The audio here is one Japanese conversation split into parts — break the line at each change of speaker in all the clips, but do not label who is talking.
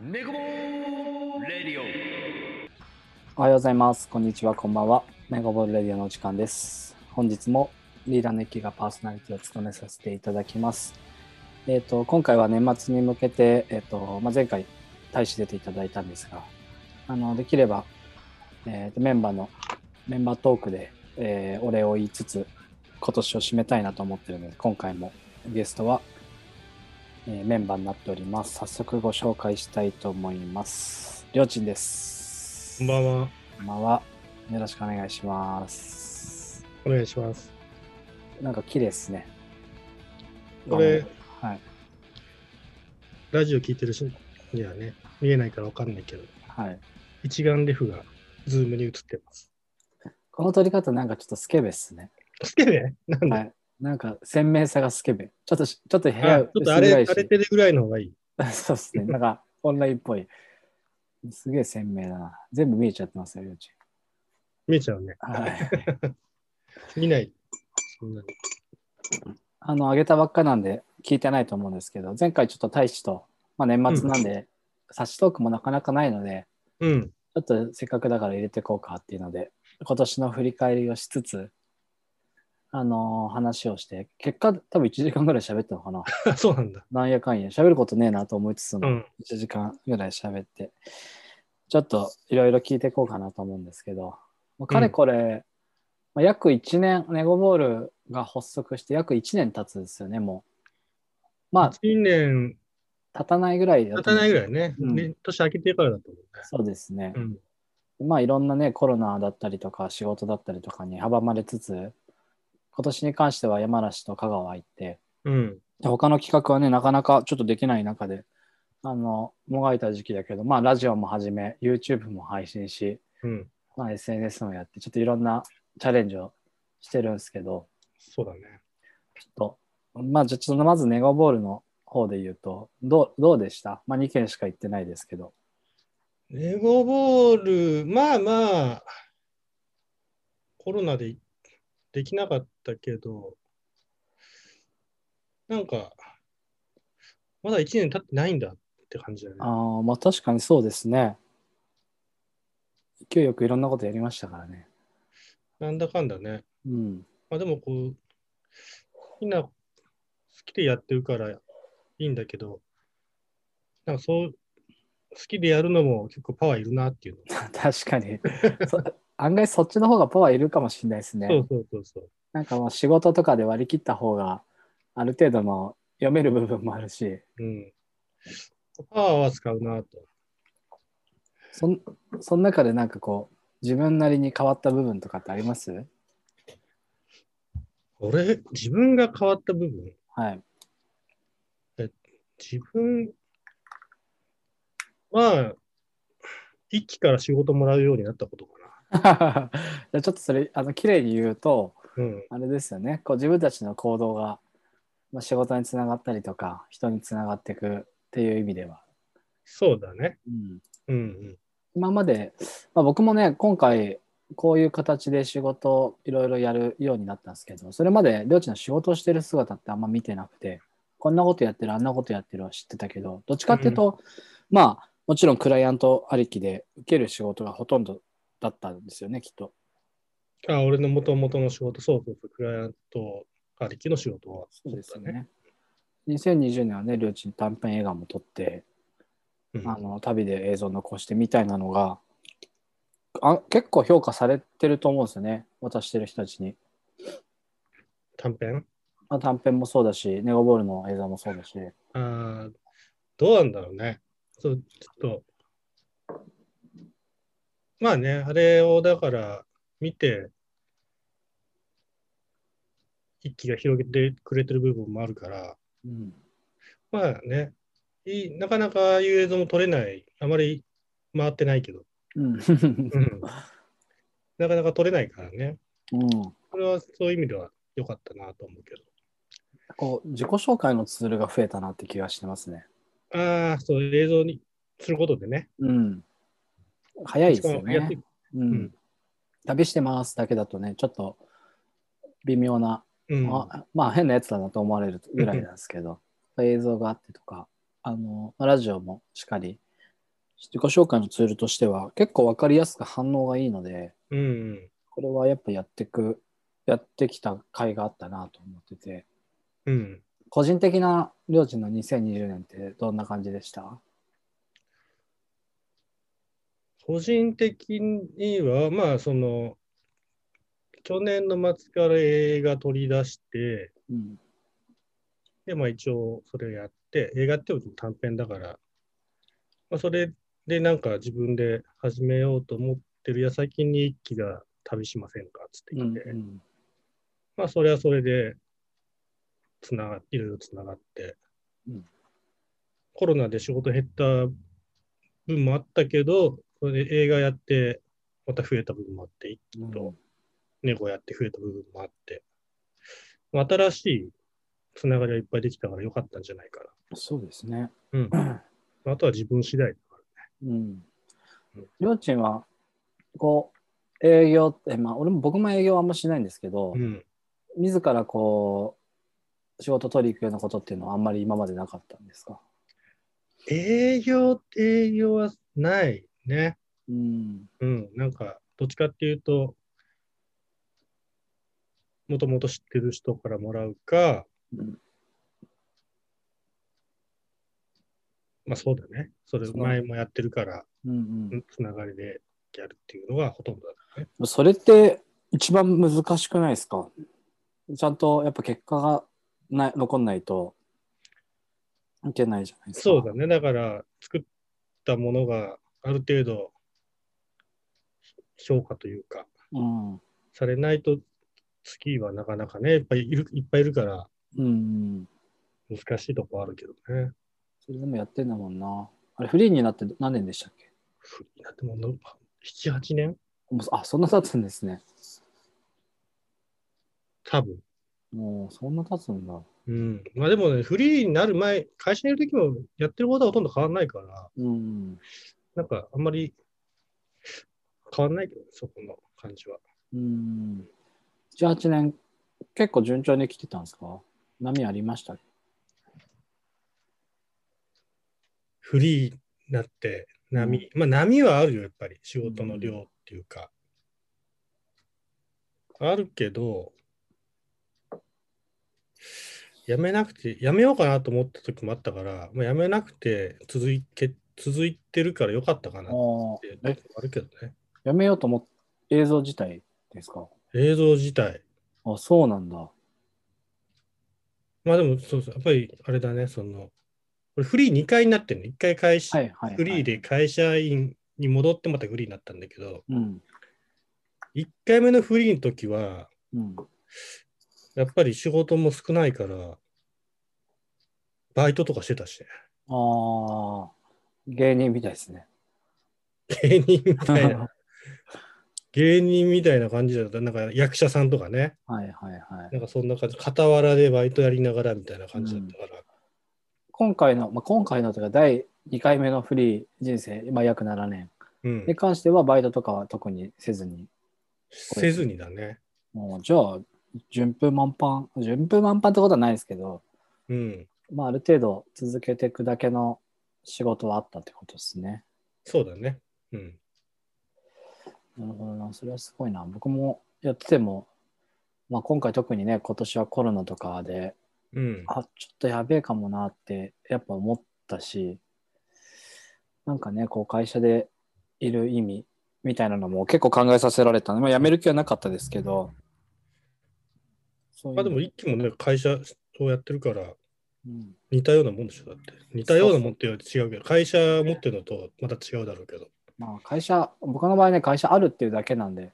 ネコボーンレディオ
おはようございます。こんにちは、こんばんは。メガボールレディオの時間です。本日もリーダーネッキーがパーソナリティを務めさせていただきます。えっ、と、今回は年末に向けて、えっ、と、まあ、前回大使出ていただいたんですが、あの、できれば、えーとメンバーの、メンバートークで、えーお礼を言いつつ、今年を締めたいなと思ってるので、今回もゲストは、えーメンバーになっております。早速ご紹介したいと思います。りょうちんです。
こんばんは。
こんばんは。よろしくお願いします。
お願いします。
なんか綺麗ですね。
これ、
はい。
ラジオ聞いてる人にはね、見えないからわかんないけど、
はい。
一眼レフがズームに映ってます。
この撮り方なんかちょっとスケベっすね。
つけね。なんで、
はい。なんか鮮明さがスケベ。ちょっとし、ちょっと部
あ
屋
ちょっとあれ、
薄暗いし
荒れてるぐらいの方がいい。
そうですね。なんかオンラインっぽい。すげえ鮮明だな。全部見えちゃってますよ、りょうち
見えちゃうね。
ん。 はい。
見ない。そんなに。
あの、上げたばっかなんで聞いてないと思うんですけど、前回ちょっと大使と、まあ年末なんで、差しトークもなかなかないので、
うん。
ちょっとせっかくだから入れてこうかっていうので、今年の振り返りをしつつ、あのー話をして、結果多分1時間ぐらい喋ったのかな。
あそうなんだ。
なんやかんや、喋ることねえなと思いつつ
う
も、
ん。
1時間ぐらい喋って、ちょっといろいろ聞いていこうかなと思うんですけど、もうかれこれ、まあ約1年、ネゴボールが発足して約1年経つんですよね、もう。まあ、
1年
経たないぐらいだと
経た
思う
ないぐらいね。
うん
ね年明けてからだと思
そうですね。
うね。うん。
まあいろんなねコロナだったりとか仕事だったりとかに阻まれつつ今年に関しては山梨と香川行って
うん。
で他の企画はねなかなかちょっとできない中であのもがいた時期だけどまあラジオも始め YouTube も配信し、
うん。
まあ、SNS もやってちょっといろんなチャレンジをしてるんですけど
そうだね。
ちょっとまあじゃあちょっとまずネゴボールの方で言うとどうどうでしたまあ2件しか行ってないですけど
レゴボール、まあまあ、コロナでできなかったけど、なんか、まだ1年経ってないんだって感じだね。
ああまあ確かにそうですね勢いよくいろんなことやりましたからね
なんだかんだね。
うん、
まあでもこう、みんな好きでやってるからいいんだけど、なんかそう、好きでやるのも結構パワーいるなっていうの。
確か にそ案外そっちの方がパワーいるかもしれないですね。
そうそうそうそう。
なんかもう仕事とかで割り切った方がある程度の読める部分もあるし
うん。パワーは使うなと。
そんその中でなんかこう自分なりに変わった部分とかってあります
俺、自分が変わった部分、
はい。
自分は、一期から仕事もらうようになったことか
じゃあちょっとそれあの綺麗に言うと
な。うん。
あれですよねこう自分たちの行動が、まあ、仕事につながったりとか人につながっていくっていう意味では。
そうだね。
うん
うんうん。
今まで、まあ、僕もね今回こういう形で仕事をいろいろやるようになったんですけどそれまで両親の仕事をしてる姿ってあんま見てなくてこんなことやってるあんなことやってるは知ってたけどどっちかっていうと、まあもちろんクライアントありきで受ける仕事がほとんどだったんですよねきっと。
あ、俺の元々の仕事、そうそうそう、クライアントありきの仕事は。だ。
2020年はね両親短編映画も撮って
うん
あの旅で映像残してみたいなのがあ結構評価されてると思うんですよね渡してる人たちに。
短編
まあ、短編もそうだし、ネゴボールの映像もそうだし、
あーどうなんだろうね。そう、ちょっと。まあね、あれをだから見て、一気が広げてくれてる部分もあるから、
うん、
まあね、いいなかなかああいう映像も撮れない、あまり回ってないけど、
うん、
うんなかなか撮れないからね、
うん、
それはそういう意味では良かったなと思うけ
こう自己紹介のツールが増えたなって気がしてますね。
ど、ああ、そう、映像にすることでね、
うん、早いですよ
しかもやって
ね。うん
うん
旅してますだけだとね、ちょっと微妙な、
うん、
あまあ変なやつだなと思われるぐらいなんですけど、映像があってとか、あのまあラジオもしっかり自己紹介のツールとしては結構分かりやすく反応がいいので、
うんうん。
これはやっぱやってく、やってきた甲斐があったなと思ってて、
うん。
個人的なりょうちんの2020年ってどんな感じでした
個人的には、まあ、その、去年の末から映画取り出して、
うん。
で、まあ一応それをやって、映画っていうのも短編だから、まあそれでなんか自分で始めようと思ってる矢先に一期が旅しませんかっつって
う
き
ん
て、
うん
まあそれはそれで、つながいろいろつながって、
うん
コロナで仕事減った分もあったけど、それで映画やって、また増えた部分もあって、
うん
と猫やって増えた部分もあって、まあ新しいつながりがいっぱいできたから良かったんじゃないかな。
そうですね。
うん。あとは自分次第だか
うん
うん。
りょうちんは、こう、営業って、まあ、俺も僕も営業はあんましないんですけど、
ら。うん。
自らこう、仕事取り行くようなことっていうのはあんまり今までなかったんですか
営業、営業はないね。
うん。
うん。なんか、どっちかっていうと、もともと知ってる人からもらうか、
うん
まあそうだね。それ
そう
前もやってるから、
うん
うんつながりでやるっていうのがほとんどだね。
うん、それって一番難しくないですかちゃんとやっぱ結果がない残んないといけないじゃないですか。
そうだね。だから、作ったものがある程度、評価というか、
うん。うん
されないと、スキーはなかなかね、いっぱいいるいっぱいいるから、
うん。
難しいとこあるけどね。
それでもやってんだもんな。あれフリーになって何年でしたっけ
フリーだってもうの、7、8年
もうあ、そんな経つんですね。
多分。
もうそんな経つんだ。
うん。まあでもね、フリーになる前、会社にいる時もやってることはほとんど変わんないから、
うん。
なんかあんまり変わんないけどね、そこの感じは。
うん。18年、結構順調に来てたんですか波ありました
フリーになって波、まあ波はあるよやっぱり仕事の量っていうか、あるけどやめなくてやめようかなと思った時もあったから、まあ、やめなくて続いけ続いてるからよかったかなっ
あ
て
あ。え、
あるけどね
やめようと思っ映像自体ですか
映像自体
あ、そうなんだ。
まあでもそうそうやっぱりあれだねそのこれフリー2回になってるの1回会社、
はいはい、はい。
フリーで。会社員に戻ってまたフリーになったんだけど、
うん。
1回目のフリーの時は、
うん。
やっぱり仕事も少ないから、バイトとかしてたしね、
ああ。芸人みたいですね。
芸人みたいな、芸人みたいな感じだった。なんか役者さんとかね、
はいはいはい。
なんかそんな感じ、傍らでバイトやりながらみたいな感じだったから、
今回の、まあ、今回のというか第2回目のフリー人生、今約7年
うん
に関してはバイトとかは特にせずに、
せずにだね。
もうじゃあ、順風満帆、順風満帆ってことはないですけど、
うん、
まあ、ある程度続けていくだけの仕事はあったってことですね。
そうだね。うん、
なるほどな、それはすごいな。僕もやってても、まあ、今回特にね、今年はコロナとかで、
うん、
あちょっとやべえかもなってやっぱ思ったしなんかねこう会社でいる意味みたいなのも結構考えさせられたのまあ辞める気はなかったですけどそういう
まあでも、一気もね、会社をやってるから、
うん
似たようなもんでしょ、だって。似たようなもんっていうのは違うけど、会社持ってるのとまた違うだろうけど。
まあ、会社僕の場合ね会社あるっていうだけなんで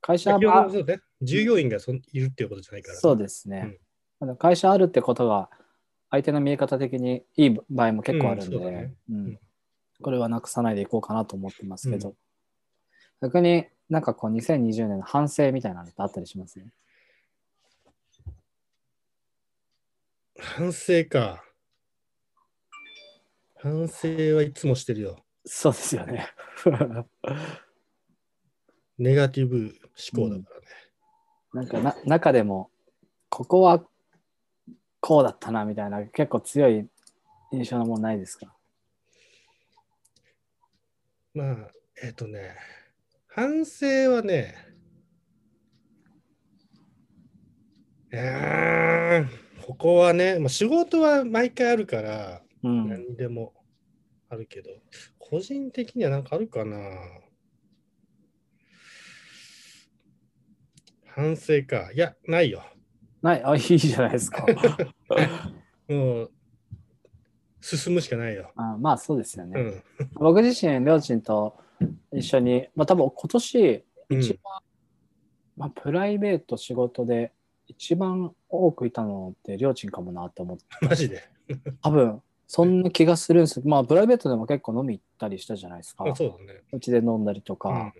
会社
先ほど
は
もそうね、従業員がそんいるっていうことじゃないからね、
そうですね、あの会社あるってことが相手の見え方的にいい場合も結構あるんで、
うんそうだね
うん
うん
これはなくさないでいこうかなと思ってますけど、逆になんかこう2020年の反省みたいなのってあったりしますね。
反省か。反省はいつもしてるよ。
そうですよね。
ネガティブ思考だからね。
なんかな中でもここはこうだったなみたいな結構強い印象のものないですか
まあ、えっ、とね、反省はね、えー、ここはね、まあ、仕事は毎回あるから、
うん。
何でもあるけど、個人的には何かあるかな反省か。いや、ないよ。
ない、あ、いいじゃない ですか。
もう、進むしかないよ。
あまあ、そうですよね。
うん。
僕自身、両親と一緒に、まあ多分今年、
うん
一番、まあプライベート仕事で一番多くいたのって両親かもなと思って、
マジで。
多分そんな気がするんですまあプライベートでも結構飲み行ったりしたじゃないですか。
あそうだね。
うちで飲んだりと
う
か
ん、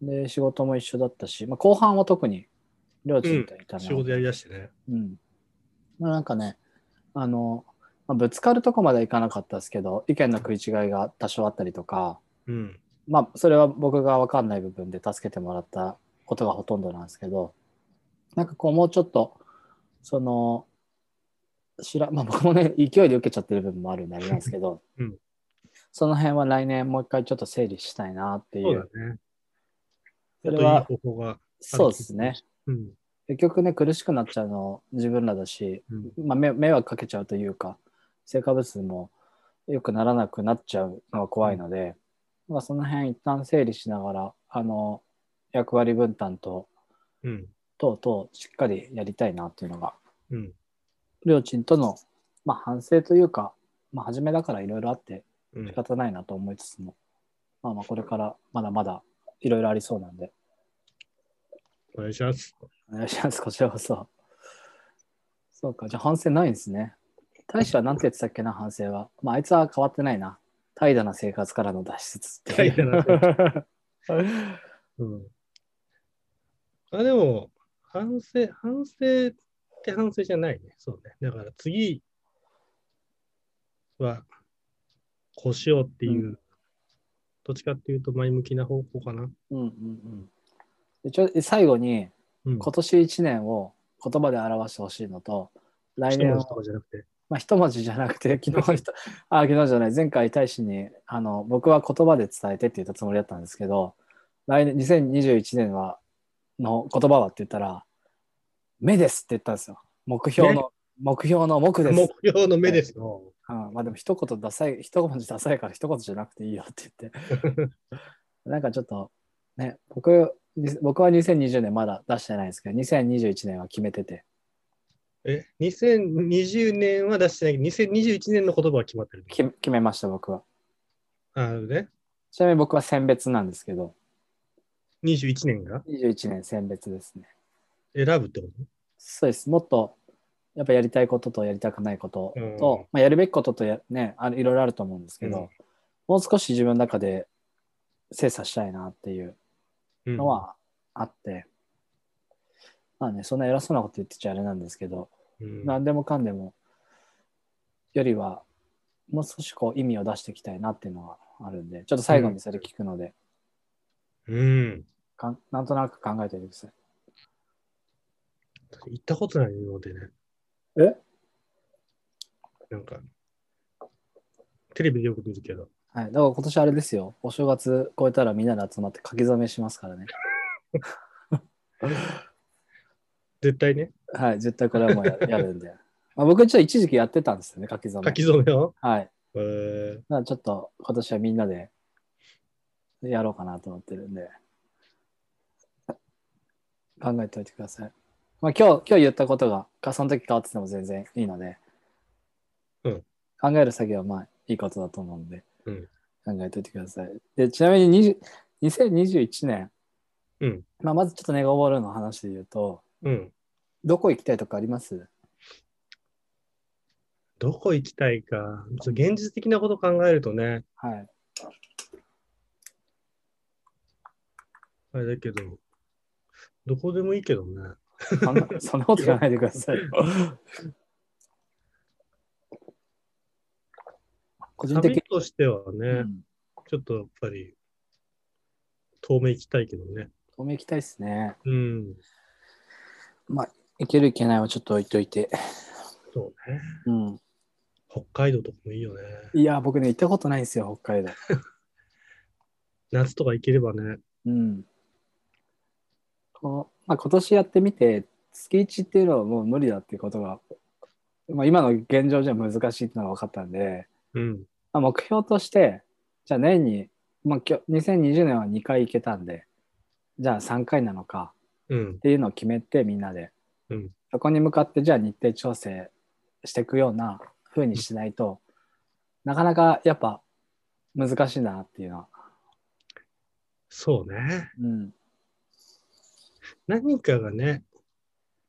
で、仕事も一緒だったし、まあ後半は特に両親といた
仕事やりだしてね。
うん。まあなんかね、あの、まあ、ぶつかるとこまではいかなかったですけど、意見の食い違いが多少あったりとか、
うん。
まあ、それは僕が分かんない部分で助けてもらったことがほとんどなんですけど、なんかこう、もうちょっと、その、知ら、まあ 僕もね、勢いで受けちゃってる部分もあるんであれなんですけど、
うん
その辺は来年もう一回ちょっと整理したいなってい
そ
う、
うだね。
それ
もっといい
は
方法が。
そうですね。
うん。
結局ね、苦しくなっちゃうの自分らだし、
うん。
まあ、迷迷惑かけちゃうというか成果物も良くならなくなっちゃうのが怖いので、まあ、その辺一旦整理しながらあの役割分担と
うん。
等々しっかりやりたいなっていうのが
うん。
両親との、まあ、反省というか、まあ、初めだからいろいろあって
うん
仕方ないなと思いつつも、まあ、まあこれからまだまだいろいろありそうなんで
お願いします。
お願いしますこちらこそそうかじゃあ反省ないんですね大使は何て言ってたっけな反省は、まあ、あいつは変わってないな怠惰な生活からの脱出っていう
怠惰なうん。あ、でも、反省、反省って反省じゃないね。そうね。だから次は、こうしようっていう、
う
どっちかっていうと前向きな方向かな。
うんうんうんでちょ最後に
うん。
今年1年を言葉で表してほしいのと来
一
年
文字と
を
かじゃなくて。
まあ、一文字じゃなくて昨日ひとあ昨日じゃない前回大使にあの僕は言葉で伝えてって言ったつもりだったんですけど来年2021年はの言葉はって言ったら「目です」って言ったんですよ目標の、目標の目です、
目標の目ですよ。
うん、まあでも一言ダサい一文字ダサいから一言じゃなくていいよって言ってなんかちょっとね僕に僕は2020年まだ出してないんですけど2021年は決めてて
え、2020年は出してないけど、2021年の言葉は決まってる。
決め決めました僕は
あのね、
ちなみに僕は選別なんですけど
21年が
21年選別ですね。
選ぶってこ
そうです。もっと、やっぱやりたいこととやりたくないことと、
うん
まあ、やるべきこととや、ね、あのいろいろあると思うんですけど、
うん
もう少し自分の中で精査したいなっていう
と、うん、
のはあって、まあね、そんな偉そうなこと言ってちゃあれなんですけど、
うん、
何でもかんでもよりは、もう少しこう意味を出していきたいなっていうのはあるんで、ちょっと最後にそれ聞くので、
うん。
かんなんとなく考えておいてください。
行ったことないのでね。
え
なんか、テレビでよく見るけど、
はい、だから今年あれですよ、お正月超えたらみんなで集まって書き初めしますからね。
絶対ね、
はい、絶対これはもうややるんで。 まあ、僕ちょっと一時期やってたんですよね、書き初め。
書き初めを、
はい。だか
えー
らちょっと今年はみんなでやろうかなと思ってるんで、考えておいてください。まあ、今日、今日言ったことが、かその時変わってても全然いいので、
うん
考える作業はまあいいことだと思うんで、
うん
考えておいてください。で、ちなみに20 2021年、
うん
まあ、まずちょっとネガボールの話で言うと、
うん。
どこ行きたいとかあります
どこ行きたいか、ちょっと現実的なこと考えるとね、
はい。
あれだけど、どこでもいいけどね。
そんなそんなこと言わないでくださいよ。個人的
旅
に、
としてはね、
うん、
ちょっとやっぱり、遠目行きたいけどね。
おめ行きたいですね。
うん。
いけるいけないはちょっと置いといて。
そうね。
うん、
北海道とかもいいよね。
いや、僕ね、行ったことないんですよ、北海道。
夏とか行ければね。
うん。こうまあ、今年やってみて、月1っていうのはもう無理だっていうことが、まあ、今の現状じゃ難しいっていうのが分かったんで、
うん。
まあ、目標として、じゃあ年に、まあ、きょ2020年は2回行けたんで、じゃあ3回なのか
うん
っ。ていうのを決めてみんなで、
うん
そこに向かってじゃあ日程調整していくような風にしないと、なかなかやっぱ難しいなっていうのは。
そうね。
うん。
何かがね、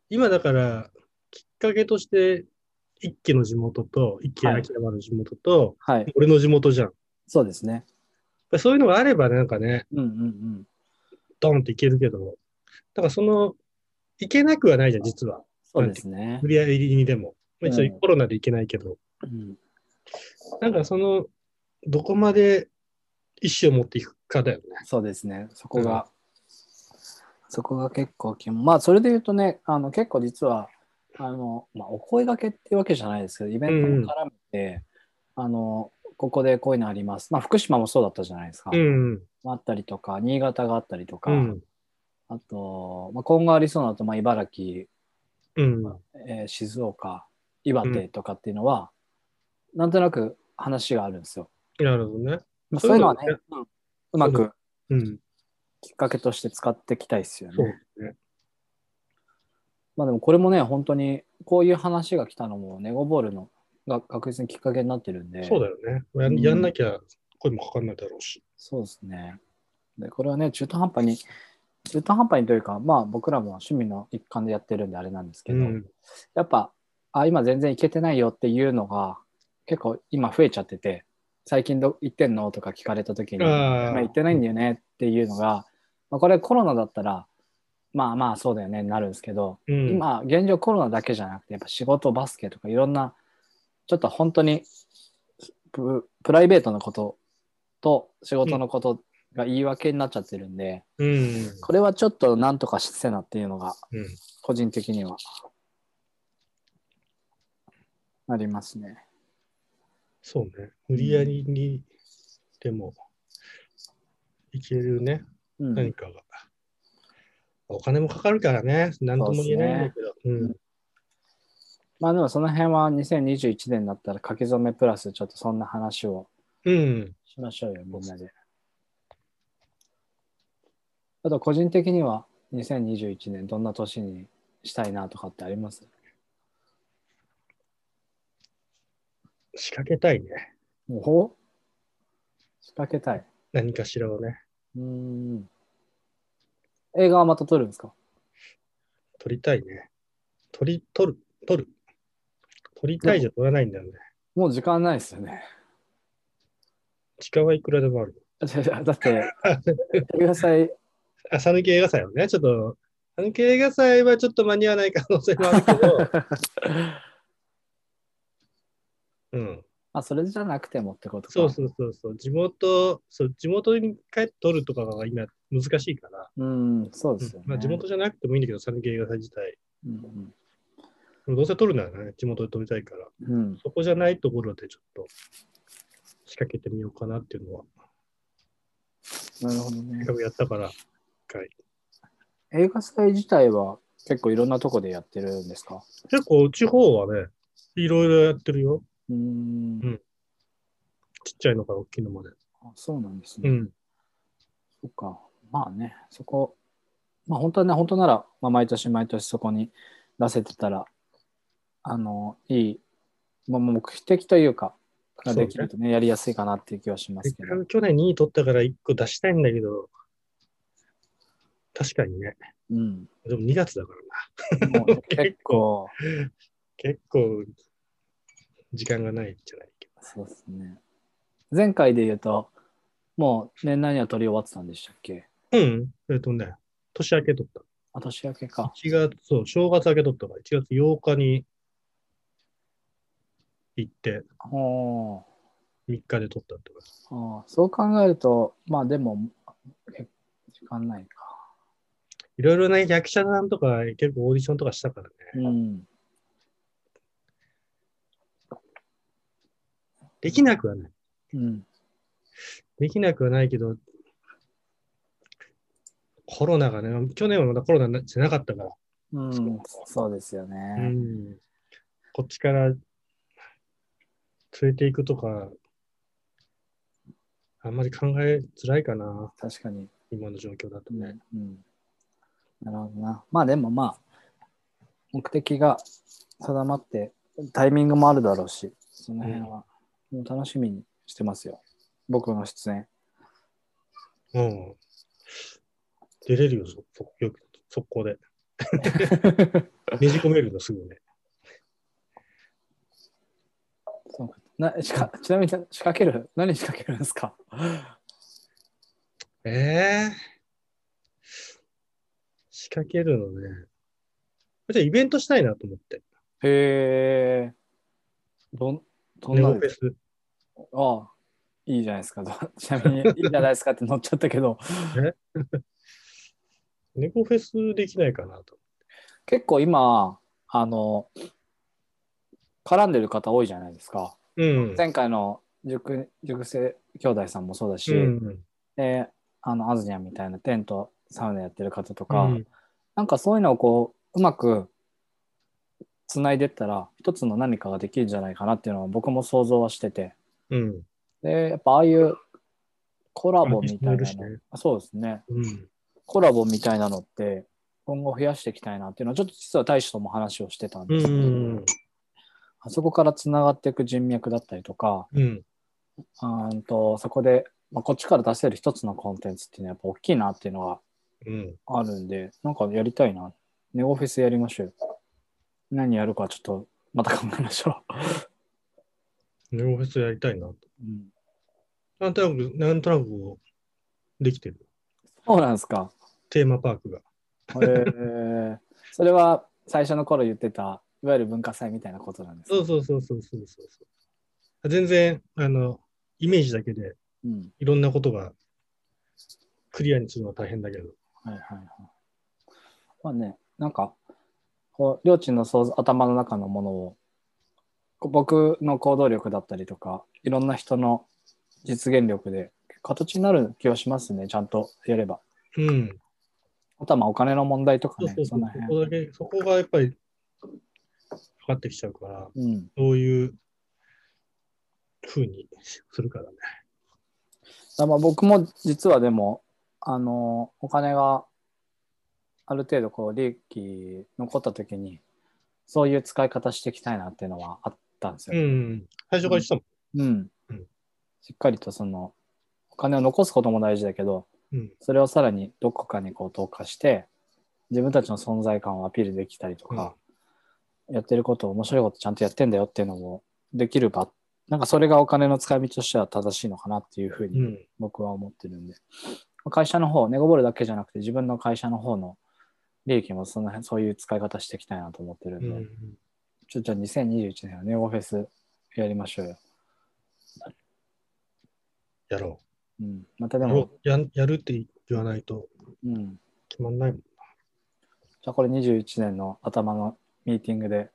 今だから、きっかけとして、一輝の地元と、一輝秋山の地元と、
はい。
俺の地元じゃん。やっ
そうですね。
ぱりそういうのがあれば、なんかね、
うんうんうん。
ドンっていけるけど、だからその、いけなくはないじゃん、実は。
そうですね
無。理やりにでも。まあ一
う
応
ん
コロナでいけないけど、
うん、
なんかその、どこまで意思を持っていくかだよね。
そうですね。そこが、そこが結構気も、まあ、それで言うとね、あの結構実は、あのまあ、お声がけっていうわけじゃないですけど、イベントも絡めて、あのここでこういうのあります。まあ、福島もそうだったじゃないですか。
うん。
あったりとか、新潟があったりとか、
うん。
あと、まあ、今後ありそうなのと、まあ、茨城、
うん。
えー静岡、岩手とかっていうのは、なんとなく話があるんですよ。
なるほどね。
まあ、
そ
そうう
い
いううの
のは
は
ね
ね、うんうま
そ
く
うん。
きっかけとして使っていきたいですよ
そう
ね。
ですね。
まあでもこれもね、本当にこういう話が来たのも、ネゴボールのが確実にきっかけになってるんで、
そうだよね。やんやんなきゃ声もかかんないだろうし。
そうですね。で、これはね、中途半端に、中途半端にというか、まあ僕らも趣味の一環でやってるんであれなんですけ
う
ど、
ん。
やっぱ、あ、今全然行けてないよっていうのが、結構今増えちゃってて、最近ど行ってんのとか聞かれた時に、
あ
まあ、
あ
行っ。てないんだよねっていうのが、まあ、これコロナだったら、まあまあそうだよねになるんですけど、
うん、
今現状コロナだけじゃなくてやっぱ仕事バスケとかいろんなちょっと本当にププライベートのことと仕事のことが言い訳になっちゃってるんで、
うん。
これはちょっとなんとかせなっていうのが
うん。
個人的にはありますね。
そうね。無理やりにでも、いけるね。
うん
何かが。お金もかかるからね。何とも言えないんだけど。う
ねまあでもその辺は2021年だったら書き初めプラスちょっとそんな話を
ん。うん。
しましょうよ、みんなで。あと、個人的には2021年どんな年にしたいなとかってあります
仕掛けたいね。
おほ仕掛けたい。
何かしらをね。
うーん。映画はまた撮るんですか
撮りたいね。撮り、撮る、撮る。撮りたいじゃ撮らないんだよね。
もう時間ないですよね。
時間はいくらでもある。
違う違うだ って、映画祭、
あ、さぬき映画祭はね、ちょっと、さぬき映画祭はちょっと間に合わない可能性もあ るけど、うん。
あ、それじゃなくてもってことか。
そうそうそうそう、地元、そう地元に帰って撮るとかが今難しいから、
う。うん、そう
う
で
ん
すよね。
まあ、地元じゃなくてもいいんだけど、さぬき映画祭自体。
うん
でもどうせ撮るならね、地元で撮りたいから、
うん、うん。
そこじゃないところでちょっと仕掛けてみようかなっていうのは、
なるほどね
せっ。かくやったから、一回。
映画祭自体は結構いろんなとこでやってるんですか
結構、地方はね、いろいろやってるよ。
うーん
うんちっちゃいのから大きいのまで。
あそうなんです
う
ね。
ん。
そっか。まあね、そこ、まあ本当はね、本当なら、まあ、毎年毎年そこに出せてたら、あの、いい、まあ、目的というか、ができるとね、やりやすいかなっていう気はしますけど。
去年2位取ったから1個出したいんだけど、確かにね。
うん。
でも2月だからな。
も う結構、
結構、時間がないんじゃないけ
そうですね。前回で言うと、もう年内には取り終わってたんでしたっけ
ど。うん。えっとね、年明け取った。
あ、年明けか。
1月、そう、正月明け取ったから、1月8日に行って、
おー
3日で取ったってことです。
ああそう考えると、まあでも、え時間ないか。
いろいろね、役者さんとか結構オーディションとかしたからね。
うん。
できなくはない。
うん。
できなくはないけど、コロナがね、去年はまだコロナじゃなかったから、
うん、そうですよ
う
ね。
ん、こっちから連れていくとか、あんまり考えづらいかな、
確かに。
今の状況だと
うん
ね。
うんなるほどな。まあでもまあ、目的が定まって、タイミングもあるだろうし、その辺は、もう楽しみにしてますよ。僕の出演。
うん。出れるよ、そそよく速攻 で。ねじ込めるのすぐね。
そうなしかちなみに仕掛ける何仕掛けるんですか
ええ仕掛けるのね。じゃあイベントしたいなと思って。
へえ。どん、どん
ネ
な
ゴ
ん
フェ
です
ス。
ああ、いいじゃないですか。ど ちなみに、いいじゃないですかって乗っちゃったけど、
ネゴフェスできないかなと。
結構今、あの、絡んでる方多いじゃないですか。
うん。
前回の塾塾生兄弟さんもそうだし、
うん。
であのアズニャンみたいなテントサウナやってる方と
う
か、
ん
なんかそういうのをこううまくつないでったら一つの何かができるんじゃないかなっていうのは僕も想像はしてて
うん。
でやっぱああいうコラボみたい
あリ
な
スナーいる
の、
し
あそうですね
うん。
コラボみたいなのって今後増やしていきたいなっていうのはちょっと実は大使とも話をしてたん
う
ですけど、
ん。
あそこからつながっていく人脈だったりとか、
うん。
うーんとそこで、まあ、こっちから出せる一つのコンテンツっていうのはやっぱ大きいなっていうのが
うん。
あるんで、なんかやりたいな。ネオフェスやりましょうよ。何やるかちょっとまた考えましょ
ネゴフェスやりたいなと。
う。うん、
なんとなく、なんとなく、できてる。
そうなんですか。
テーマパークが。
えー、それは最初の頃言ってた、いわゆる文化祭みたいなことなんですか
そうそうそうそうそうそうそう。全然、あの、イメージだけで
うん。
いろんなことがクリアにするのは大変だけど。
はいはいはい。まあね、なんか、こう、りょーちんの想像頭の中のものを、こう僕の行動力だったりとか、いろんな人の実現力で、形になる気はしますね、ちゃんとやれば。
うん。
あとはまあお金の問題とか
そう
ね
そ、うそ。
そうの
そこ
辺。
だけ、そこがやっぱりかかってきちゃうから、
うん。
どういうふうにするかだね。
だまあ僕も実はでも、あの、お金がある程度こう利益残った時に、そういう使い方していきたいなっていうのはあったんですよ。
うん。最初から言ってたもん。
うん
うん
しっかりとそのお金を残すことも大事だけど
うん。
それをさらにどこかにこう投下して自分たちの存在感をアピールできたりとか、やってること面白いことちゃんとやってんだよっていうのもできる場なんかそれがお金の使い道としては正しいのかなっていうふう
う
に
ん。
僕は思ってるんで、会社の方ネゴボールだけじゃなくて自分の会社の方の利益もその辺そういう使い方していきたいなと思ってるん
う
で、
ん。
ちょっとじゃあ2021年はネゴフェスやりましょうよ。
やろ
うん、また
う。
で
や
も
ろうややるって言わないと
うん、じ
決まんないもん。
ゃあこれ21年の頭のミーティングで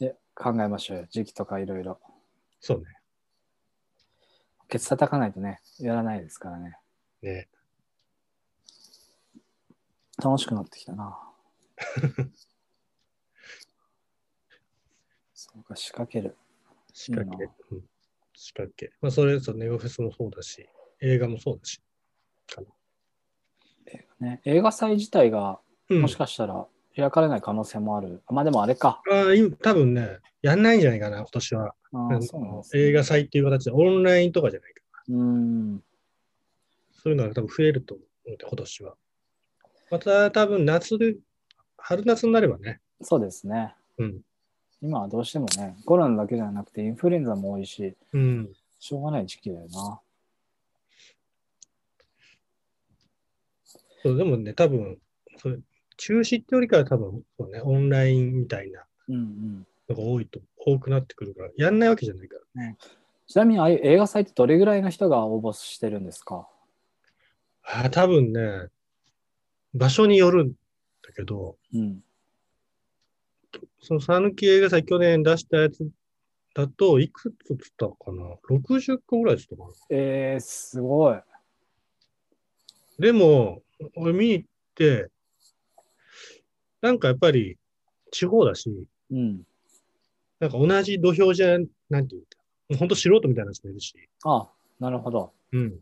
で考えましょうよ時期とかいろいろ
そうね。
ケツ叩かないとねやらないですからね
ね。
楽しくなってきたな そうか仕掛ける
仕掛け
いい。
うん、仕掛け。まあ、それぞれネオフェスもそうだし、映画もそうだし。
ね映画祭自体が
うん
もしかしたら開かれない可能性もある、まあでもあれか
ああ、今、多分ね、やんないんじゃないかな、今年は。
あ
う
ー
ん
そうなんですね
映画祭っていう形で、オンラインとかじゃないか。
うん
そういうのが多分増えると思うんで、今年は。また多分夏で、春夏になればね。
そうですね
うん。
今はどうしてもねコロナだけじゃなくてインフルエンザも多いし
うん。
しょうがない時期だよな
そうでもね、多分それ中止ってよりかは多分そう、ね、オンラインみたいな
うんうん
のが多いと、多くなってくるから、やんないわけじゃないから。
ちなみにああいう映画祭ってどれぐらいの人が応募してるんですか
ああ、多分ね、場所によるんだけど、
うん。
その讃岐映画祭去年出したやつだと、いくつっつったかな ?60 個ぐらいっつったかな
えー、すごい。
でも、俺見に行って、なんかやっぱり地方だし、
うん。
なんか同じ土俵じゃ、なんていうか、もう本当素人みたいな人もいるし、
あなるほど。
うん。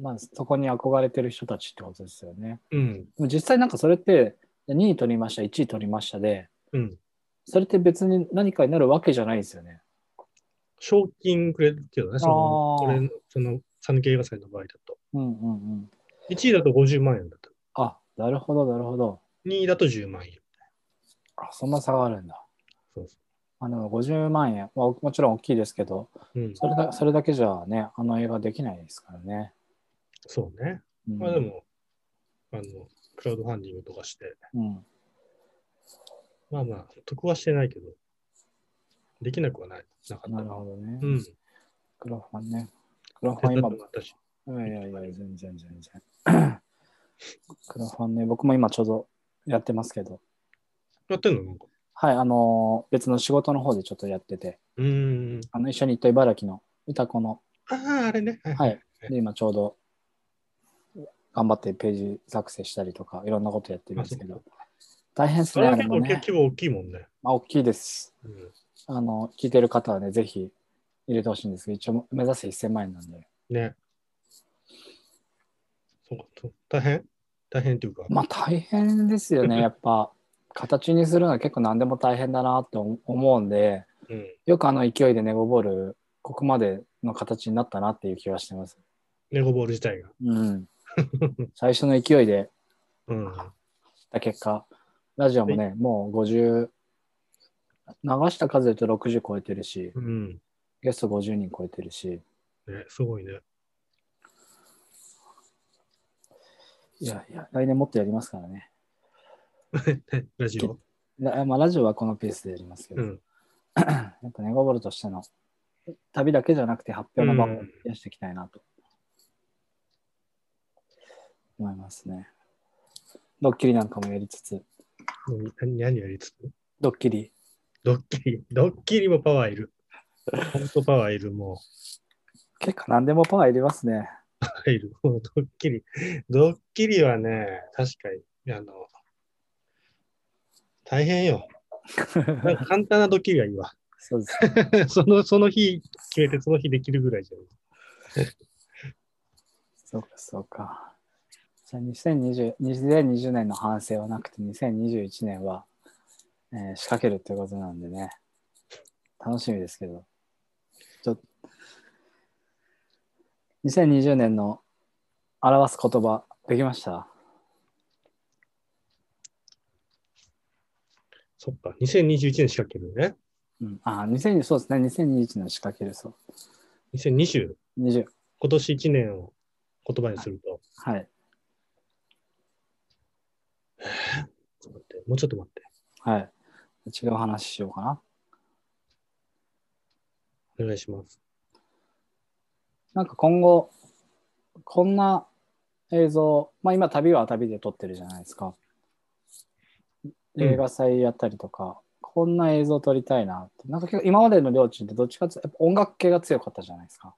まあ、そこに憧れてる人たちってことですよね。
うん。
でも実際なんかそれって、2位取りました、1位取りましたで、
うん。
それって別に何かになるわけじゃないですよね。
賞金くれるけどね、その、
あー
俺の、その、讃岐映画祭の場合だと。
うんうんうん。
1位だと50万円だと。
あ、なるほど、なるほど。
2位だと10万円。
あ、そんな差があるんだ。
そうそ
あの50万円、まあ、もちろん大きいですけど、
う。うん。
それだそれだけじゃね、あの映画できないですからね。
そうね。
うん
まあでも、あの、クラウドファンディングとかして、
うん、
まあまあ、得はしてないけど、できなくはない。なかった。
なるほどね。
うん。
クラファンね。クラフ
手
ァン今
伝って、もらったし。
いやいやいや、全然全然。 クラファンね、僕も今ちょうどやってますけど、
やってんのなんか。
はい、あのー別の仕事の方でちょっとやってて、
うーん。
あの一緒に行った茨城の歌子の、
ああ、あれね。はい。
はい、で今ちょうど頑張ってページ作成したりとか、いろんなことやってるんですけ
あ
ど、大変です
そ
ね、
れ
あ
は
れ
結
も
構、
ね。
規模大きいもんね。
まあ、大きいです。
うん。
あの、聞いてる方はね、ぜひ入れてほしいんですけど、一応目指せ1000万円なんで。
ね。そうか、そう大変大変っていうか。
まあ大変ですよ ね、やっぱ。形にするのは結構何でも大変だなって思思うんで、
うん。
よくあの勢いでネゴボール、ここまでの形になったなっていう気はしてます。
ネゴボール自体が。
うん。最初の勢いで
うん。
た結果、ラジオもね、もう50、流した数で言うと60超えてるし、
うん。
ゲスト50人超えてるし、
ね、すごいね。
いやいや、来年もっとやりますからね。
ねラジオ。
ラまあ、ラジオはこのペースでやりますけど、
う
や
ん。
っぱネゴボールとしての旅だけじゃなくて発表の場
う
を
ん
増やしていきたいなと思いますね。ドッキリなんかもやりつつ、
何何やりつつ
ドッキリ、
ドッキリ。ドッキリもパワーいる。本当パワーいる、も
結構何でもパワーいりますね。
う。い る。もうドッキリ。ドッキリはね、確かに、あの、大変よ。なんか簡単なドッキリがいいわ。
そうです。
その、その日決めて、その日できるぐらいじゃん。
そうか、そうか。じゃあ2020、2020年の反省はなくて、2021年は、えー仕掛けるということなんでね、楽しみですけど、ちょ2020年の表す言葉、できました
そっか、2021年仕掛けるね。
うん。あ、2020、そうですね、2021年仕掛ける、そ
2020、
う。20、
今年1年を言葉にすると。
はい、
ちょっと待ってもうちょっと待って。
はい。違う話しようかな。
お願いします。
なんか今後、こんな映像、まあ今旅は旅で撮ってるじゃないですか。
うん
映画祭やったりとか、こんな映像撮りたいなって。なんか結構今までの領地ってどっちかっていうとやっぱ音楽系が強かったじゃないですか。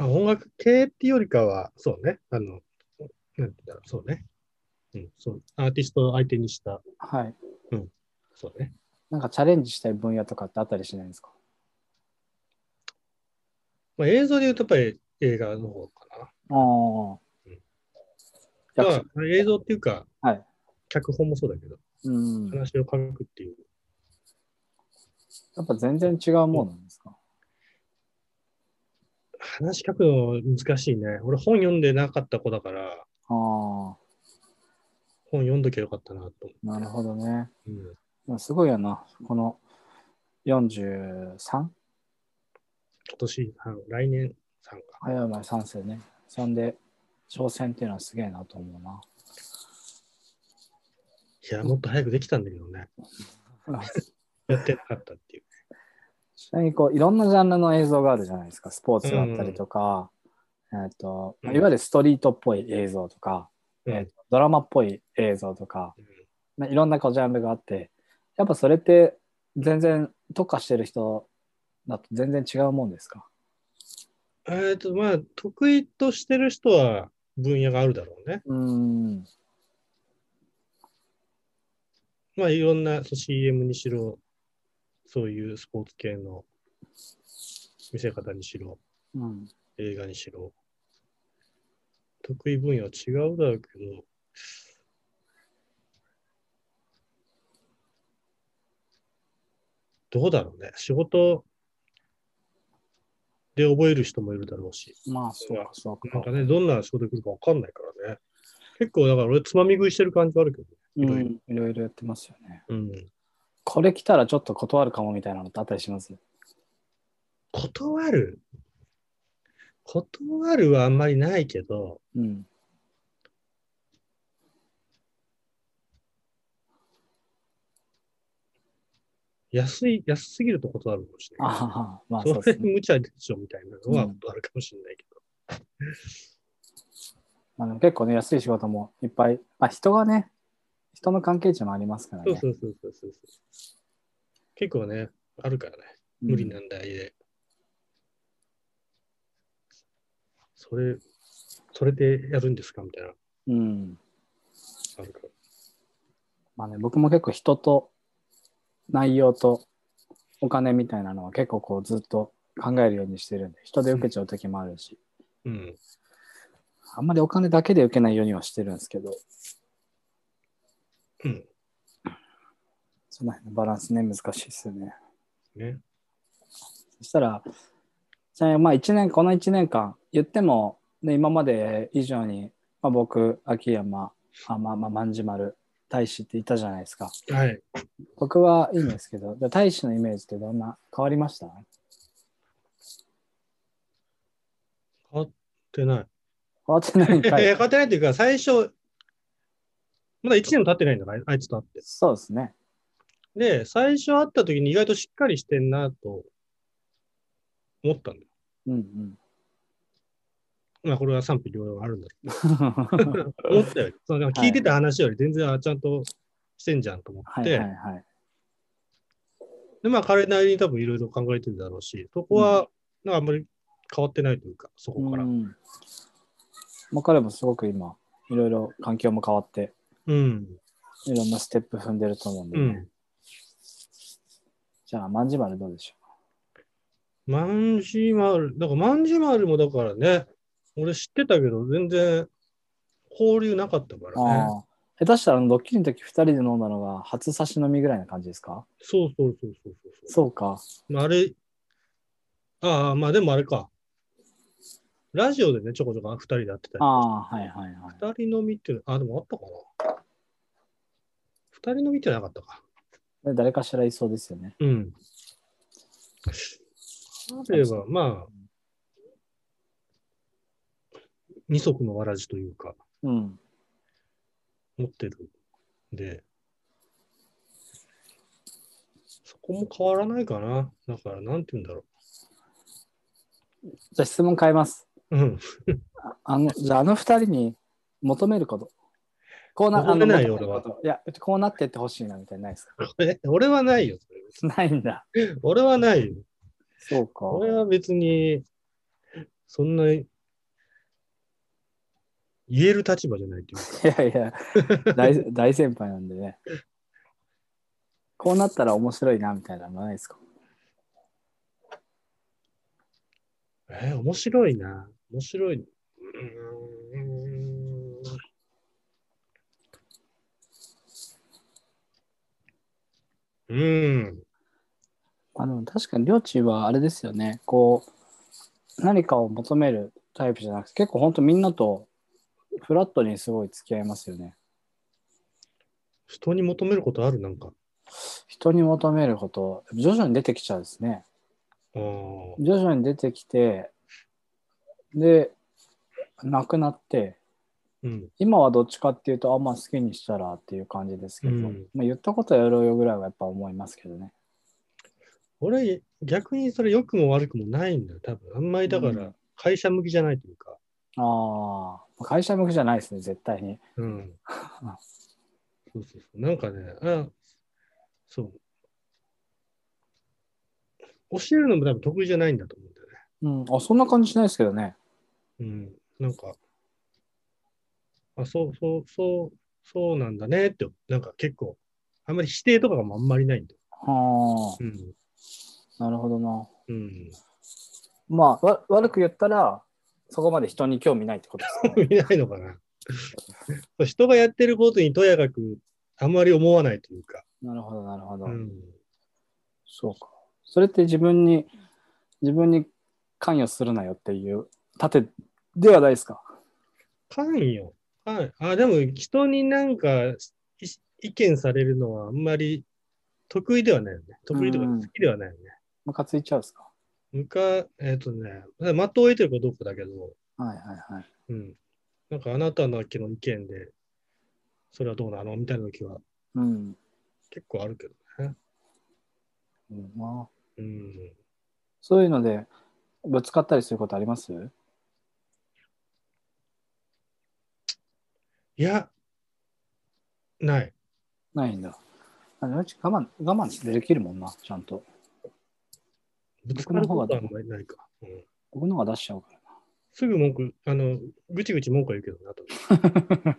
あ音楽系っていうよりかは、そうね、あの、なんて言うんだろう、そうね。うん、そう、アーティストを相手にした、
はい。
そうね。
なんかチャレンジしたい分野とかってあったりしないんですか
まあ、映像で言うと、やっぱり映画の方かな。
ああ。
だ
役
か
者
ら映像っていうか、
はい
脚本もそうだけど、
うん。や
話を書くっていう。
っぱ全然違うものなんですか、
話書くの難しいね。俺本読んでなかった子だから、
ああ。
本読んどきゃよかったなと思
なるほどね。
う。うん、
でもすごいよな。この 43?
今年半、来年さんか。
早い前3世ね。そんで、挑戦っていうのはすげえなと思うな。
いや、もっと早くできたんだけどね。 やってなかったっていう。
ちなみにこう、いろんなジャンルの映像があるじゃないですか。スポーツだったりとか、えっと、まあ
うん
いわゆるストリートっぽい映像とか、
うん
えーとドラマっぽい映像とか、
うん
まあいろんなこうジャンルがあって、やっぱそれって全然特化してる人だと全然違うもんですか
えっ、と、まあ、得意としてる人は分野があるだろうね。
うん。
まあ、いろんなそう CM にしろ、そういうスポーツ系の見せ方にしろ、
うん。
映画にしろ、得意分野は違うだろうけど、どうだろうね。仕事で覚える人もいるだろうし、
まあ、そうか、そう
なん
か
か。ね、どんな仕事で来るか分かんないからね。結構、だから俺、つまみ食いしてる感じはあるけどね。
う
いろいろ
ん。いろいろやってますよね。
うん。
これ来たらちょっと断るかもみたいなのってあったりします
断る断るはあんまりないけど、
うん。
安い、安すぎると断るかもしれ
あ
ない。
はは、まあそ
そう
で
れ
すね。
無茶でしょみたいなのは
うん
あるかもしれないけ
まあ、でも結構ね、安い仕事もいっぱい、まあ人がね、人の関係値もありますから
ど、
ね。
そうそうそうそうそうそう結構ねあるからね
うん
無理難題で、それそれでやるんですかみたいなの
うん。
あるから
まあね、僕も結構人と内容とお金みたいなのは結構こうずっと考えるようにしてるんで、人で受けちゃう時もあるし、
うん
あんまりお金だけで受けないようにはしてるんですけど、
うん
その辺のバランスね、難しいですよね。
ね
そしたら、ちなみにまあ一年、この1年間、言っても、ね、今まで以上に、まあ、僕、秋山、あまあ、まあ、万事丸、大使っていたじゃないですか。
はい
僕はいいんですけど、じゃあ大使のイメージってどんな、変わりました
変わってない
変わってないん
え
か
変
い。
わってないっていうか最初まだ1年も経ってないんだからあいつと会って
そうですね。
で最初会った時に意外としっかりしてんなと思ったんだよ
うんうん。
まあこれは賛否両論あるんだけ ど
は
思ったより、その聞いてた話より全然、あちゃんとしてんじゃんと思っ
い
て、
はいはい。
で、まあ、彼なりに多分いろいろ考えてるだろうし、そこは、なんかあんまり変わってないというか、そこから。
う
うん。
んまあ、彼もすごく今、いろいろ環境も変わって、
うん。
いろんなステップ踏んでると思うんで、ねじゃあ、万事丸どうでしょ
まんじまる、だからまんじまるもだからね、俺知ってたけど、全然交流なかったか
う、
らね。
ああ下手したらあのドッキリの時2人で飲んだのが初差し飲みぐらいな感じですか
そうそうそうそうそうそ
そうか。
う。まあ、あれ、ああ、まあでもあれか。ラジオでね、ちょこちょこ2人で会ってたり
ああ、はいはいはい。
二人飲みって、あ、でもあったかな。二人飲みってなかったか。
で誰かしらいそうですよね。
うん。例えば、まあ、二足のわらじというか、
うん。
持ってるんで、そこも変わらないかな。だから、なんて言うんだろ
じゃあ質問変えます。
う。うん。
あの、じゃああの2人に求めること。こうな
求めないよ
あの求めることいや、こうなってってほしいなみたいなのないですか
え俺はないよ。それ
ないんだ。
俺はないよ。
そうか。
俺は別に、そんな、言える立場じゃないっていうか
いやいや、大大先輩なんでね。こうなったら面白いなみたいなのないですか
えー、面白いな。面白い。うーんうーん。
あの確かに領地はあれですよねこう何かを求めるタイプじゃなくて結構ほんとみんなとフラットにすごい付き合いますよね
人に求めることあるなんか。
人に求めること徐々に出てきちゃうんですね
あー
徐々に出てきてでなくなって
うん。
今はどっちかっていうとあんまあ好きにしたらっていう感じですけど、
うん
まあ、言ったことはやろうよぐらいはやっぱ思いますけどね
俺、逆にそれ良くも悪くもないんだよ。多分あんまりだか
う
ら
ん、
会社向きじゃないというか。
ああ会社向きじゃないですね絶対に
うん。そうそうそう。なんかね、あそう。教えるのも多分得意じゃないんだと思うんだよね。
うんあそんな感じしないですけどね
うん、なんか、あ、そう、そう、そう、そうなんだねって、なんか結構、あんまり否定とかがあんまりないんで。
は
うん。
あ、なるほどな。
うん。
まあ、わ悪く言ったら、そこまで人に興味ないってこと ですかね。
見ないのかな。人がやってることにとやかく、あんまり思わないというか。
なるほど、なるほど。
うん。
そうか。それって自分に、自分に関与するなよっていう盾ではないですか。
関与。はい。あ、でも、人になんかい意見されるのはあんまり得意ではないよね。得意とか
うん
好きではないよね。
ムカついちゃうんですか。
むか、えっ、とね、まとを得てるかどうかだけど、
はいはいはい。
うん。なんかあなただけの意見で、それはどうなのみたいな時は
うん。
結構あるけどね。
うんまあ、
うん。
そういうので、ぶつかったりすることあります
いや、ない。
ないんだ。あのうち我慢、我慢できるもんな、ちゃんと。
ぶつかることはあんまりないか。うん、
僕の方が出しちゃうから
すぐ文句、あの、ぐちぐち文句は言うけどな、と。
な。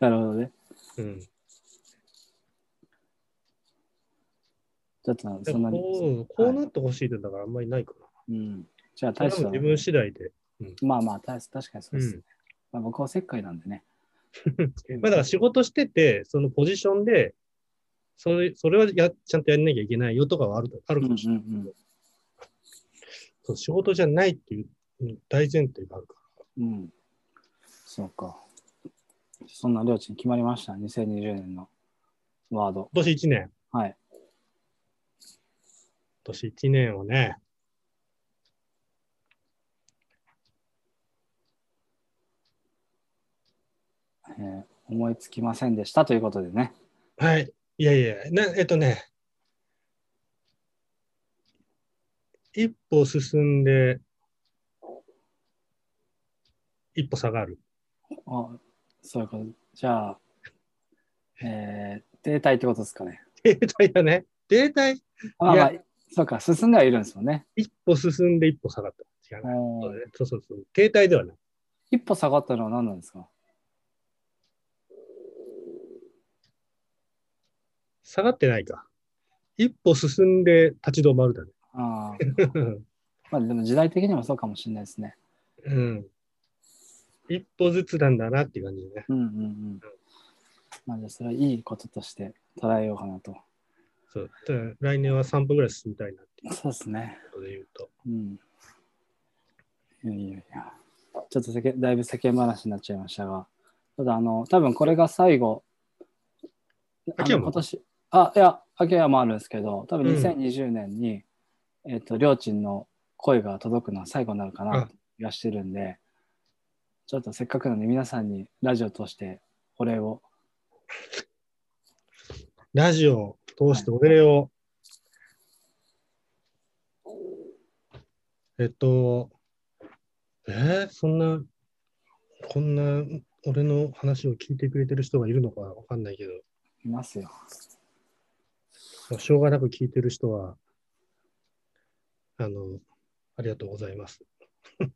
なるほどね。
うん。
ちょっと
で
そんな
も
に。
こう、こうなってほしいってだからあんまりないかな。
うん。じゃあ
多
大し
分
た
自。分次第で。
まあまあ、大し確かにそう
う
ですね。
ん。
まあ、僕はおせっかいなんでね。
まあだから仕事してて、そのポジションで、それそれはやちゃんとやんなきゃいけないよとかはあるある
うん
か
う
もしれない、
ん
そう。仕事じゃないっていううん大前提があるか
うん。うん。そうか。そんな領地に決まりました、2020年のワード。
ら。今年1年。
はい。
今年1年をね。
えー思いつきませんでしたということでね。
はい。いやいや、なえっとね。一歩進んで、一歩下がる。
あそういうこと。じゃあ、えー、停滞ってことですかね。
停滞だね。停滞、
あま
いや
あ、そうか、進んではいるんですもんね。
一歩進んで一歩下がった。違うな。
お
そ
ー
うだねそうそうそう。停滞ではない。
一歩下がったのは何なんですか
下がってないか。一歩進んで立ち止まるだね。
あー まあでも時代的にもそうかもしれないですね。
うん。一歩ずつなんだなっていう感じだね。
うんうんうん。まあじゃあそれはいいこととして捉えようかなと。
そう。ただ来年は3歩ぐらい進みたいなっていう
そうですね。
ことで言うと。
うん。いやいやいや。ちょっと世間だいぶ世間話になっちゃいましたが、ただあの、多分これが最後、あ
秋
の
山
今年、あ、いや、秋山もあるんですけど、多分
うん
2020年に、えっ、と、りょーちんの声が届くのは最後になるかなって気がしてるんで、ちょっとせっかくなんで皆さんにラジオを通してお礼を。
ラジオを通してお礼を。えっと、えーそんな、こんな俺の話を聞いてくれてる人がいるのかわかんないけど、
いますよ。
まあしょうがなく聞いてる人は、あの、ありがとうございます。な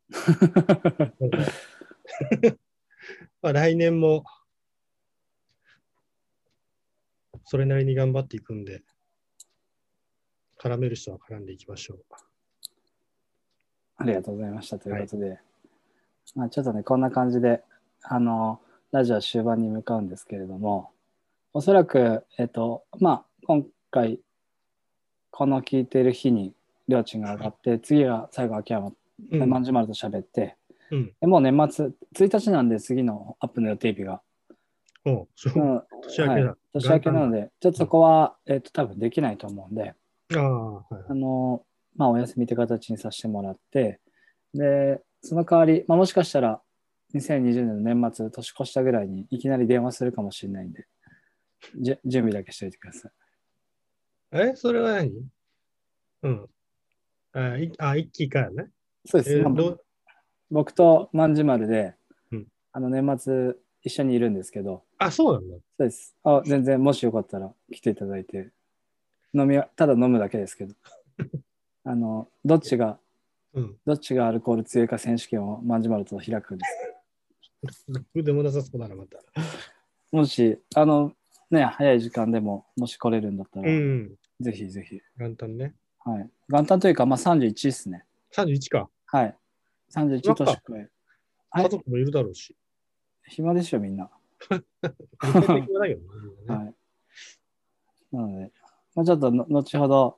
んか まあ来年も、それなりに頑張っていくんで、絡める人は絡んでいきましょう。
ありがとうございました。ということで、まあ、ちょっとね、こんな感じで、あの、ラジオ終盤に向かうんですけれども、おそらく、えっと、まあ、今回、この聞いてる日に、りょうちんが上がって、次が最後、秋山、
うん
まんじまると喋って、
うん
でもう年末、1日なんで、次のアップの予定日が。
おうそう
うん
年明けだ
はい年明けなので、ちょっとそこは、えっと、多分できないと思うんで、
ああ、はい
あの、まあ、お休みって形にさせてもらって、で、その代わり、まあ、もしかしたら、2020年の年末、年越したぐらいにいきなり電話するかもしれないんで、じゅ準備だけしておいてください。
え、それは何うん。あ、いあ一期からね。
そう
え
です。まあ
どう
僕と万事丸で、
うん
あの年末一緒にいるんですけど、
あ、そうなんだ。
そうです。あ全然、もしよかったら来ていただいて、飲みは、ただ飲むだけですけ ど、あの、どっちが、
うん。
どっちがアルコール強いか選手権を万事丸と開くんです。
そうでもなさそうだな、また。
もし、あの、ね、早い時間でも、もし来れるんだったら、
うん。
ぜひぜひ。
元旦ね。
はい。元旦というか、まあ31ですね。
31か。
はい。31年くらい。はい
家族もいるだろ うし。
暇でしょ、みんな。
具体的はないけどな。
はい。なので、まあ、ちょっとの、後ほど、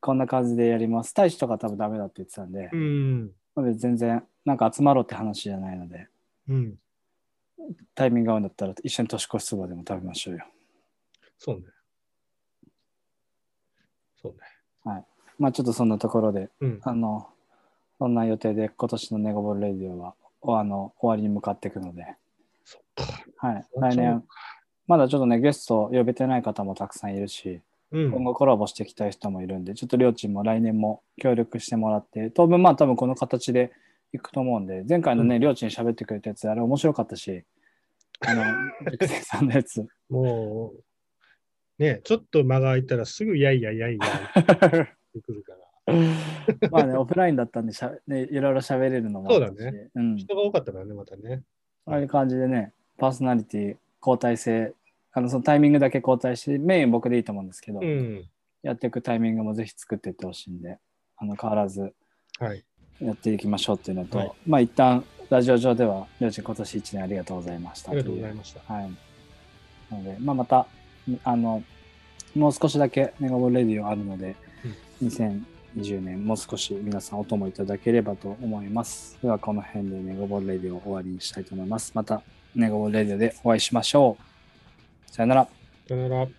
こんな感じでやります。大使とか多分ダメだって言ってたんで、
うん。
まあ別に全然、なんか集まろうって話じゃないので、
うん。
タイミング合うんだったら、一緒に年越しそばでも食べましょうよ。
そうね。そうね。
まあ、ちょっとそんなところで、
うん。
あの、そんな予定で、今年のネゴボールレディオは、おあの、終わりに向かっていくので、
そっか。
はい。
そう
来年、まだちょっとね、ゲスト呼べてない方もたくさんいるし、
うん。
今後コラボしていきたい人もいるんで、ちょっと両チームも来年も協力してもらって、当分まあ多分この形でいくと思うんで、前回のね、両チーム喋ってくれたやつ、あれ面白かったし、あ の、熟成さんのやつ。
もう、ね、ちょっと間が空いたらすぐやいやいやいやいってくるから。
まあね、オフラインだったんでしゃ、ね、いろいろ喋れるのもあったし
そうだ
うん。
人が多かったからね、またね。
ああいう感じでね、パーソナリティ交代制、あのそのタイミングだけ交代して、メイン僕でいいと思うんですけど、
うん。
やっていくタイミングもぜひ作っていってほしいんで、あの変わらず
はい。
やっていきましょうっていうのと、
はい
まあ一旦ラジオ上では、りょうちん今年1年ありがとうございました
ありがとうござい
ま
ました。
す。はい。なので、まあまた、あの、もう少しだけネガボールレディオあるので、2020年もう少し皆さんお供いただければと思います。ではこの辺でネゴボールレディオを終わりにしたいと思います。またネゴボールレディオでお会いしましょう。さよなら。
さよなら。